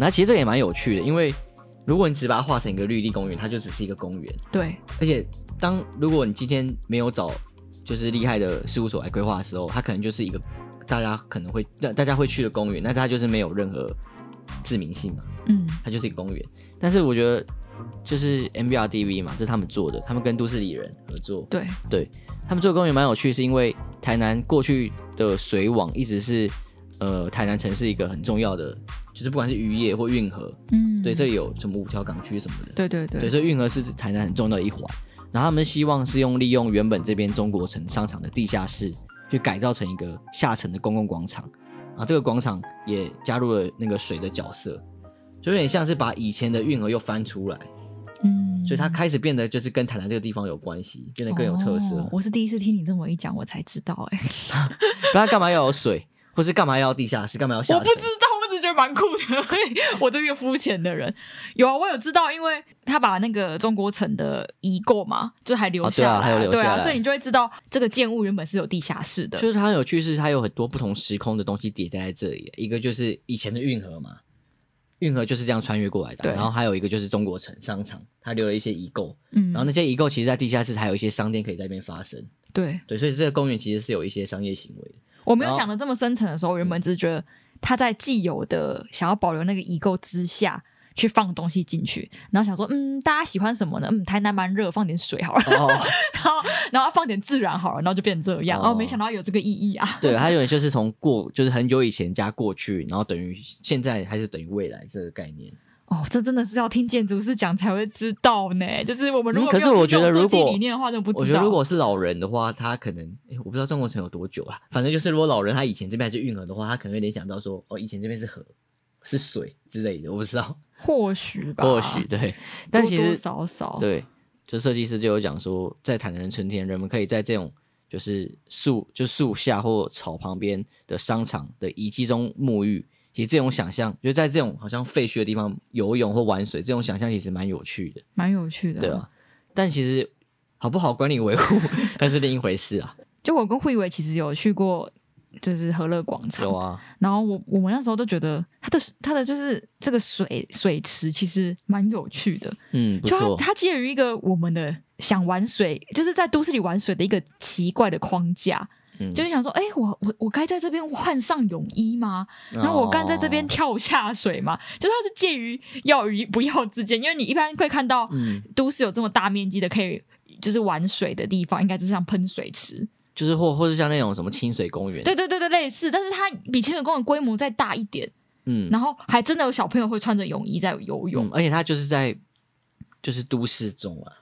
S1: 那其实这个也蛮有趣的，因为如果你只把它画成一个绿地公园，它就只是一个公园。
S2: 对，
S1: 而且当如果你今天没有找就是厉害的事务所来规划的时候，它可能就是一个大家可能会大大家会去的公园，那它就是没有任何知名性嘛。
S2: 嗯，
S1: 它就是一个公园。但是我觉得就是 MBRDV 嘛，这是他们做的，他们跟都市里人合作，
S2: 对，
S1: 对他们做的公园蛮有趣，是因为台南过去的水网一直是呃台南城市一个很重要的，就是不管是渔业或运河，
S2: 嗯，
S1: 对，这里有什么五条港区什么的，
S2: 对对对，
S1: 对，所以运河是台南很重要的一环。然后他们希望是用利用原本这边中国城商场的地下室，去改造成一个下层的公共广场。啊，这个广场也加入了那个水的角色，就有点像是把以前的运河又翻出来，
S2: 嗯，
S1: 所以它开始变得就是跟台南这个地方有关系，变得更有特色。
S2: 哦我是第一次听你这么一讲，我才知道、哎，
S1: 不然它干嘛要有水，或是干嘛要地下室，干嘛要下
S2: 我
S1: 层
S2: 不？知道，我只觉得蛮酷的。我这个肤浅的人， 有啊，我有知道，因为他把那个中国城的遗构嘛，就还留
S1: 哦对啊
S2: 下来，
S1: 还有留
S2: 对
S1: 下
S2: 啊，
S1: 来
S2: 所以你就会知道这个建物原本是有地下室的，
S1: 就是它很有趣，是它有很多不同时空的东西叠加在这里。一个就是以前的运河嘛，运河就是这样穿越过来的。啊
S2: 对
S1: 然后还有一个就是中国城商场，它留了一些遗构。
S2: 嗯，
S1: 然后那些遗构其实，在地下室还有一些商店可以在那边发生。
S2: 对
S1: 对，所以这个公园其实是有一些商业行为的。
S2: 我没有
S1: 然后嗯
S2: 想的这么深层的时候，我原本只是觉得他在既有的想要保留那个遗构之下。去放东西进去，然后想说，嗯，大家喜欢什么呢？嗯，台南蛮热，放点水好了，
S1: 哦，
S2: 然后然后放点自然好了，然后就变这样。
S1: 哦
S2: 哦，没想到有这个意义啊！
S1: 对，它有点就是从过，就是很久以前加过去，然后等于现在还是等于未来这个概念。
S2: 哦，这真的是要听建筑师讲才会知道呢。就是我们
S1: 嗯
S2: 如果
S1: 可
S2: 没
S1: 是
S2: 有
S1: 我觉
S2: 听这
S1: 得
S2: 种
S1: 如
S2: 设计
S1: 果
S2: 理念的话，就不
S1: 我
S2: 知
S1: 觉得
S2: 道。
S1: 如果是老人的话，他可能，诶我不知道中国城有多久啊，反正就是如果老人他以前这边还是运河的话，他可能会联想到说，哦，以前这边是河，是水之类的，我不知道。
S2: 或许吧，
S1: 或许对，但其实
S2: 多多少少
S1: 对，就设计师就有讲说，在坦然春天，人们可以在这种就是树就树下或草旁边的商场的遗迹中沐浴。其实这种想象，就在这种好像废墟的地方游泳或玩水，这种想象其实蛮有趣的，
S2: 蛮有趣的。
S1: 对啊。但其实好不好管理维护那是另一回事 啊。
S2: 就我跟慧伟其实有去过，就是和乐广场
S1: 有，啊，
S2: 然后我我们那时候都觉得它的它的就是这个水水池其实蛮有趣的，
S1: 嗯，不
S2: 就
S1: 错
S2: 它，它介于一个我们的想玩水，就是在都市里玩水的一个奇怪的框架，
S1: 嗯，
S2: 就是想说，哎、我我我该在这边换上泳衣吗？然后我刚在这边
S1: 哦，
S2: 跳下水嘛，就是它是介于要与不要之间，因为你一般会看到
S1: 嗯，
S2: 都市有这么大面积的可以就是玩水的地方，应该就是像喷水池，
S1: 就是或或是像那种什么清水公园，
S2: 对，对对对，类似，但是它比清水公园规模再大一点，
S1: 嗯，
S2: 然后还真的有小朋友会穿着泳衣在游泳
S1: 嗯，，而且它就是在就是都市中啊，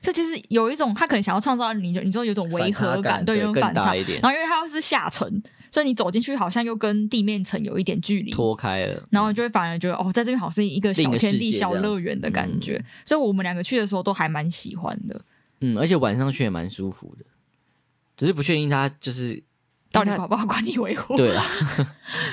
S2: 所以其实有一种他可能想要创造你就你说有种违
S1: 反差
S2: 和
S1: 感
S2: 对，有种
S1: 更
S2: 反差
S1: 大。一点
S2: 然，后因为它又是下沉，所以你走进去好像又跟地面层有一点距离，
S1: 脱开了，
S2: 然后你就会反而觉得哦，在这边好像是一个
S1: 另
S2: 小
S1: 一个
S2: 天
S1: 世
S2: 地、
S1: 界
S2: 小
S1: 这样
S2: 乐
S1: 子
S2: 园的感
S1: 嗯
S2: 觉。所以我们两个去的时候都还蛮喜欢的。
S1: 嗯，而且晚上去也蛮舒服的，只是不确定它就是
S2: 到底
S1: 因为
S2: 好不好管理维护？
S1: 它对啊，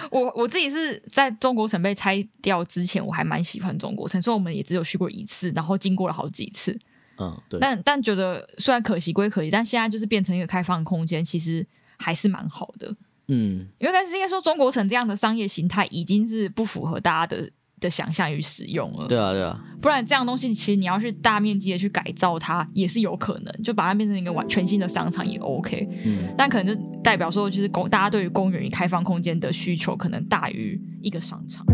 S2: 我我自己是在中国城被拆掉之前，我还蛮喜欢中国城，所以我们也只有去过一次，然后经过了好几次。
S1: 嗯，对，
S2: 但但觉得虽然可惜归可惜，但现在就是变成一个开放空间，其实还是蛮好的。
S1: 嗯，
S2: 因为但是应该说，中国城这样的商业形态已经是不符合大家的的想象与使用了。
S1: 对啊，对啊，
S2: 不然这样东西，其实你要去大面积的去改造它，也是有可能，就把它变成一个完全新的商场也 OK。
S1: 嗯，
S2: 但可能就代表说，就是公大家对于公园与开放空间的需求，可能大于一个商场。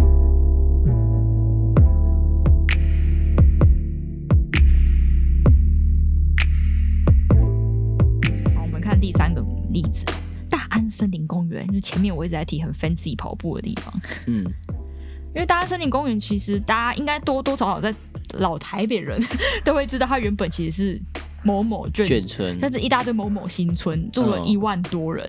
S2: 好，我们看第三个例子，大安森林公园，就前面我一直在提很 fancy 跑步的地方。
S1: 嗯，
S2: 因为大安森林公园其实大家应该多多少少在老台北人 都会知道，它原本其实是某某眷
S1: 眷村，
S2: 但是一大堆某某新村住了
S1: 嗯
S2: 一万多人，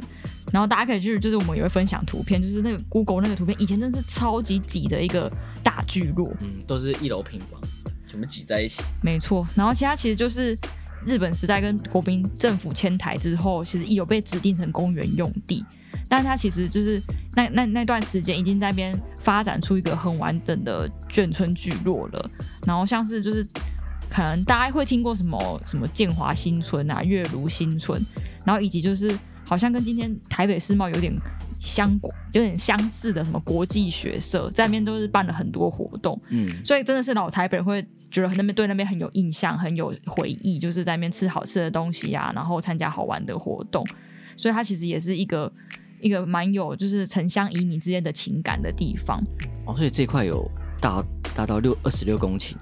S2: 然后大家可以去，就是我们也会分享图片，就是那个 Google 那个图片，以前真的是超级挤的一个大聚落，
S1: 嗯，都是一楼平房，全部挤在一起，
S2: 没错。然后其他其实就是日本时代跟国民政府迁台之后，其实有被指定成公园用地，但它其实就是那那那段时间已经在那边发展出一个很完整的眷村聚落了。然后像是就是可能大家会听过什么什么建华新村啊、月如新村，然后以及就是好像跟今天台北世贸有点相有点相似的什么国际学社，在那边都是办了很多活动。
S1: 嗯，
S2: 所以真的是老台北人会觉得那边对那边很有印象，很有回忆，就是在那边吃好吃的东西啊，然后参加好玩的活动，所以它其实也是一个一个蛮有就是城乡移民之间的情感的地方。
S1: 哦，所以这块有大大到六二十六公顷，哦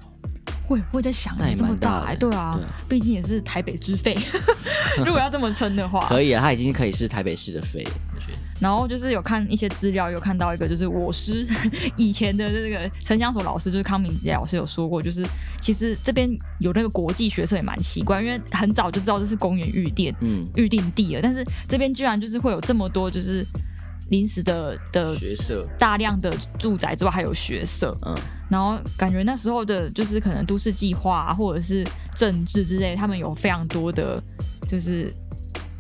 S2: 会我也在想，
S1: 那也
S2: 这么
S1: 蛮大的
S2: 哎、对啊
S1: 对啊，
S2: 毕竟也是台北之肺， 如果要这么称的话。
S1: 可以啊，它已经可以是台北市的肺了，我觉得，
S2: 然后就是有看一些资料，有看到一个就是我师 以前的这个城乡所老师，就是康明杰老师有说过，就是其实这边有那个国际学生也蛮奇怪，因为很早就知道这是公园预定
S1: 嗯，
S2: 预定地了，但是这边居然就是会有这么多就是临时的的
S1: 学社，
S2: 大量的住宅之外，还有学社，
S1: 嗯，
S2: 然后感觉那时候的，就是可能都市计划、啊、或者是政治之类，他们有非常多的就是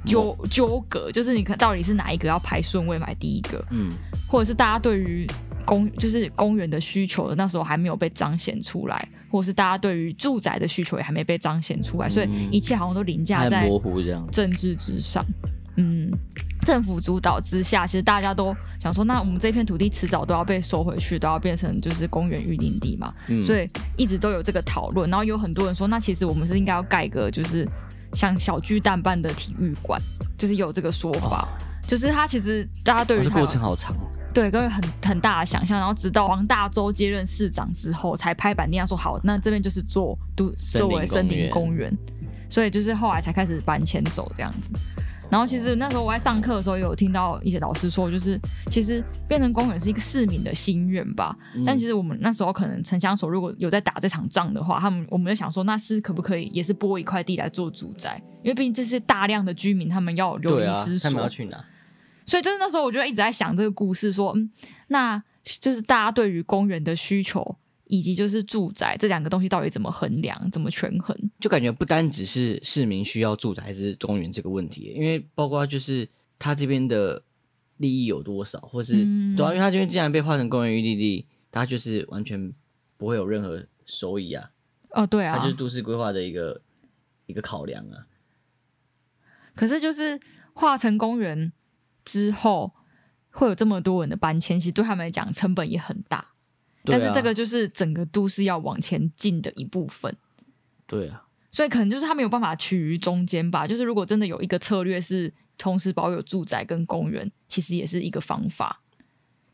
S2: 纠纠葛，就是你看到底是哪一个要排顺位买第一个，
S1: 嗯，
S2: 或者是大家对于公就是公园的需求，那时候还没有被彰显出来，或者是大家对于住宅的需求也还没被彰显出来，所以
S1: 嗯
S2: 一切好像都凌驾
S1: 它很
S2: 在
S1: 模糊这样，
S2: 政治之上，嗯，政府主导之下，其实大家都想说，那我们这片土地迟早都要被收回去，都要变成就是公园预定地嘛，
S1: 嗯，
S2: 所以一直都有这个讨论。然后有很多人说，那其实我们是应该要盖一个就是像小巨蛋般的体育馆，就是有这个说法。就是他其实大家对
S1: 哦
S2: 于
S1: 这
S2: 他
S1: 过程好长哦，
S2: 对各位很很大的想象，然后直到黄大洲接任市长之后，才拍板定案说好，那这边就是做都
S1: 森林
S2: 作为森林公
S1: 公
S2: 园，所以就是后来才开始搬迁走这样子。然后其实那时候我在上课的时候，有听到一些老师说，就是其实变成公园是一个市民的心愿吧。但其
S1: 实
S2: 实我们那时候可能城乡所如果有在打这场仗的话，他们我们就想说，那是可不可以也是拨一块地来做住宅？因为毕竟这是大量的居民，他们要流
S1: 对
S2: 离
S1: 啊
S2: 失，所，
S1: 他们要去哪？
S2: 所以就是那时候我就一直在想这个故事说嗯，那就是大家对于公园的需求以及就是住宅这两个东西到底怎么衡量、怎么权衡？
S1: 就感觉不单只是市民需要住宅还是公园这个问题，因为包括就是他这边的利益有多少，或是、
S2: 嗯
S1: 对啊，因为他这边既然被划成公园绿地地，他就是完全不会有任何收益啊，
S2: 哦，对
S1: 它
S2: 啊
S1: 就，是都市规划的一个一个考量啊。
S2: 可是就是化成公园之后，会有这么多人的搬迁，其实对他们来讲成本也很大。
S1: 对
S2: 但
S1: 啊
S2: 是这个就是整个都市要往前进的一部分，
S1: 对啊，
S2: 所以可能就是他没有办法取于中间吧。就是如果真的有一个策略是同时保有住宅跟公园，其实也是一个方法。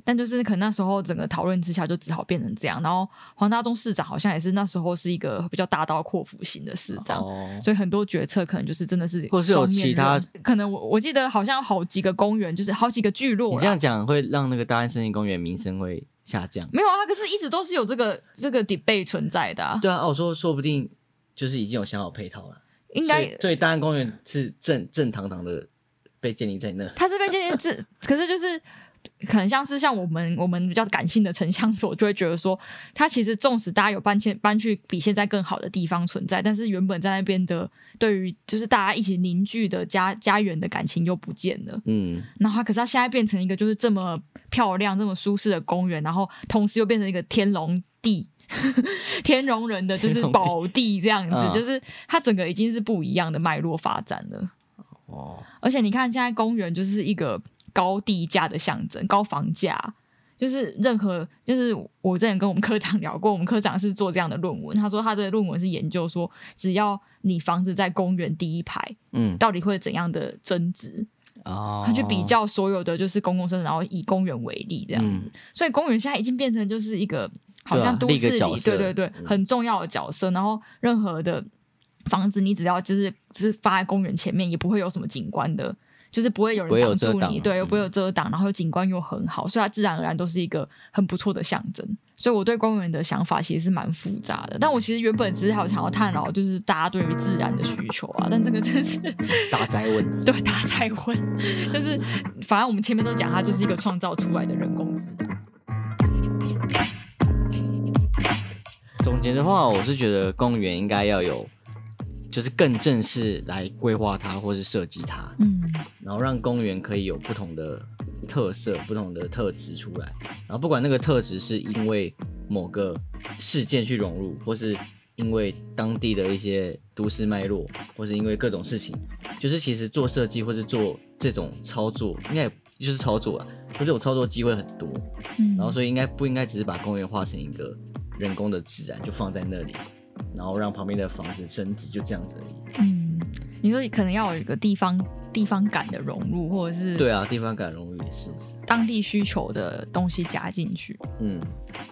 S2: 但就是可能那时候整个讨论之下，就只好变成这样。然后黄大中市长好像也是那时候是一个比较大刀阔斧型的市长，
S1: 哦，
S2: 所以很多决策可能就是真的是
S1: 或是有
S2: 双面
S1: 其他
S2: 刃，可能我我记得好像好几个公园，就是好几个聚落
S1: 你
S2: 啦。
S1: 这样讲会让那个大安森林公园名声会下降。
S2: 没有啊，可是一直都是有这个这个 debate 存在的、啊，
S1: 对啊，啊我说说不定就是已经有想好配套了。
S2: 应
S1: 所
S2: 该
S1: 以所以大安公园是正正堂堂的被建立在那。
S2: 它是被建立自， 可是就是可能像是像我们我们比较感性的城乡所就会觉得说，它其实纵使大家有搬迁搬去比现在更好的地方存在，但是原本在那边的对于就是大家一起凝聚的家家园的感情又不见了。
S1: 嗯，
S2: 然后它可是它现在变成一个就是这么漂亮、这么舒适的公园，然后同时又变成一个天龙地。 天龙人的就是
S1: 天龙地
S2: 宝地这样子，
S1: 嗯
S2: 就是它整个已经是不一样的脉络发展了。
S1: 哦，
S2: 而且你看，现在公园就是一个高地价的象征，高房价。就是任何，就是我之前跟我们科长聊过，我们科长是做这样的论文，他说他的论文是研究说，只要你房子在公园第一排，
S1: 嗯，
S2: 到底会怎样的增值？
S1: 哦，
S2: 他去比较所有的就是公共设施，然后以公园为例这样子。
S1: 嗯
S2: 所以公园现在已经变成就是一个好像都市
S1: 啊另一
S2: 里
S1: 个角色
S2: 对对对
S1: 嗯
S2: 很重要的角色，然后任何的房子你只要就是只是发在公园前面，也不会有什么景观的。就是不会有
S1: 不会
S2: 人
S1: 有
S2: 挡
S1: 遮
S2: 住
S1: 挡
S2: 你，
S1: 啊
S2: 对，又
S1: 嗯
S2: 不会有遮挡，然后景观又很好，所以它自然而然都是一个很不错的象征。所以我对公园的想法其实是蛮复杂的，但我其实原本只是好想要探讨就是大家对于自然的需求啊，但这个真是
S1: 大灾问。
S2: 对，大彩婚，就是反正我们前面都讲，它就是一个创造出来的人工智能。
S1: 总结的话，我是觉得公园应该要有，就是更正式来规划它或是设计它，
S2: 嗯
S1: 然后让公园可以有不同的特色、不同的特质出来。然后不管那个特质是因为某个事件去融入，或是因为当地的一些都市脉络，或是因为各种事情，就是其实做设计或是做这种操作，应该也就是操作啊，就这种操作机会很多。
S2: 嗯
S1: 然后所以应该不应该只是把公园化成一个人工的自然就放在那里，然后让旁边的房子升值，就这样子而已。
S2: 嗯，你说可能要有一个地方地方感的融入，或者是
S1: 对啊，地方感融入也是，
S2: 当地需求的东西加进去。
S1: 嗯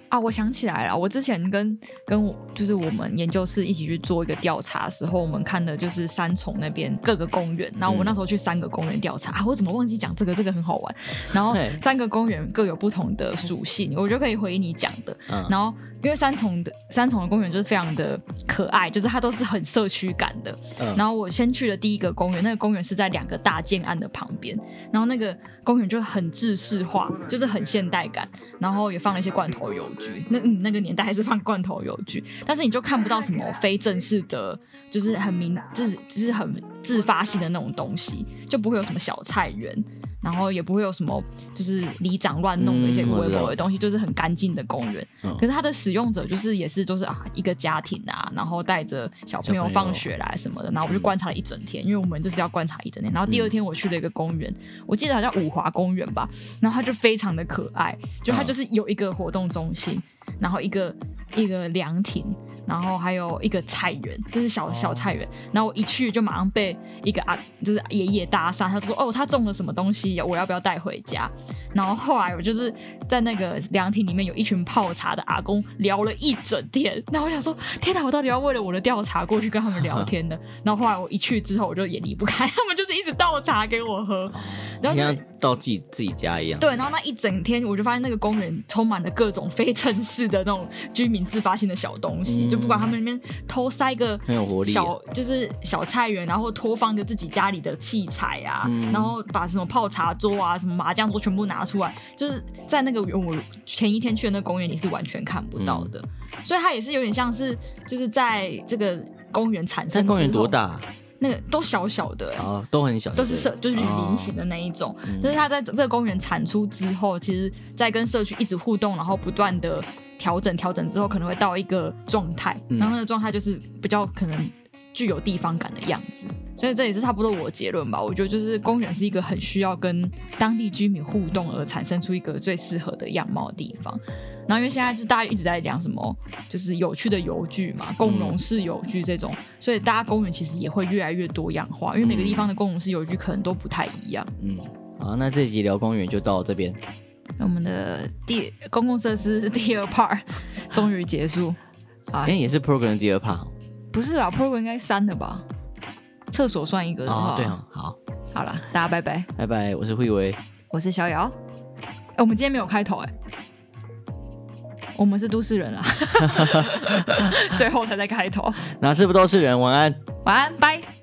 S2: 啊，我想起来了，我之前跟跟我就是我们研究室一起去做一个调查的时候，我们看的就是三重那边各个公园，然后我
S1: 嗯
S2: 那时候去三个公园调查、啊，我怎么忘记讲这个？这个很好玩。然后
S1: 对
S2: 三个公园各有不同的属性，我就可以回你讲的。
S1: 嗯，
S2: 然后，因为三重的三重的公园就是非常的可爱，就是它都是很社区感的。
S1: 嗯
S2: 然后我先去了第一个公园，那个公园是在两个大建案的旁边，然后那个公园就很制式化，就是很现代感，然后也放了一些罐头邮局。那嗯，那个年代还是放罐头邮局，但是你就看不到什么非正式的，就是很明自就是很自发性的那种东西，就不会有什么小菜园。然后也不会有什么就是里长乱弄的一些
S1: 嗯我
S2: 微
S1: 知道
S2: 博的东西，就是很干净的公园。
S1: 嗯
S2: 可是它的使用者就是也是就是啊一个家庭啊，然后带着小朋
S1: 小
S2: 友
S1: 朋友
S2: 放学来什么的，然后我就
S1: 嗯
S2: 观察了一整天，因为我们就是要观察一整天。然后第二天我去了一个公园，我记得好像五华公园吧，然后它就非常的可爱，就它
S1: 嗯
S2: 就是有一个活动中心，然后一个一个凉亭。然后还有一个菜园，就是小
S1: 哦
S2: 小菜园。然后我一去就马上被一个啊，就是爷爷搭讪，他就说：“哦，他种了什么东西，我要不要带回家？”然后后来我就是在那个凉亭里面有一群泡茶的阿公聊了一整天，然后我想说，天哪，我到底要为了我的调查过去跟他们聊 天的？然后后来我一去之后，我就也离不开，他们就是一直倒茶给我喝。
S1: 哦
S2: 然后
S1: 你
S2: 就
S1: 像到自己自己家一样。
S2: 对，然后那一整天，我就发现那个公园充满了各种非城市的那种居民自发性的小东西，
S1: 嗯
S2: 就不管他们那边偷塞个
S1: 很有活力啊
S2: 小就是小菜园，然后拖放个自己家里的器材啊，
S1: 嗯
S2: 然后把什么泡茶桌啊、什么麻将桌全部拿出来，就是在那个园我前一天去的那个公园，你是完全看不
S1: 嗯
S2: 到的，所以它也是有点像是就是在这个公园产生。
S1: 但公园多？大
S2: 那个都小小的、欸，
S1: 啊？都很小，
S2: 都是社就是
S1: 哦
S2: 菱形的那一种。
S1: 嗯
S2: 就是它在这个公园产出之后，其实在跟社区一直互动，然后不断的调整调整之后，可能会到一个状态，
S1: 嗯
S2: 然后那个状态就是比较可能具有地方感的样子。所以这也是差不多我的结论吧。我觉得就是公园是一个很需要跟当地居民互动而产生出一个最适合的样貌的地方。然后因为现在就大家一直在讲什么，就是有趣的游具
S1: 嗯
S2: 嘛，共融式游具这种，所以大家公园其实也会越来越多样化，因为每个地方的共融式游具可能都不太一样。
S1: 嗯。好，那这集聊公园就到这边。
S2: 我们的第公共设施第二 part 终于结束啊
S1: 哎、！也是 program 的第二 part
S2: 不是吧？Pro 应该删了吧？厕所算一个的
S1: 哦，
S2: 话
S1: 对哦，好，
S2: 好了，大家拜拜，
S1: 拜拜，我是慧维，
S2: 我是逍遥。哎、我们今天没有开头哎、我们是都市人啊， 最后才在开头。
S1: 哪次不都是人，晚安。
S2: 晚安，拜。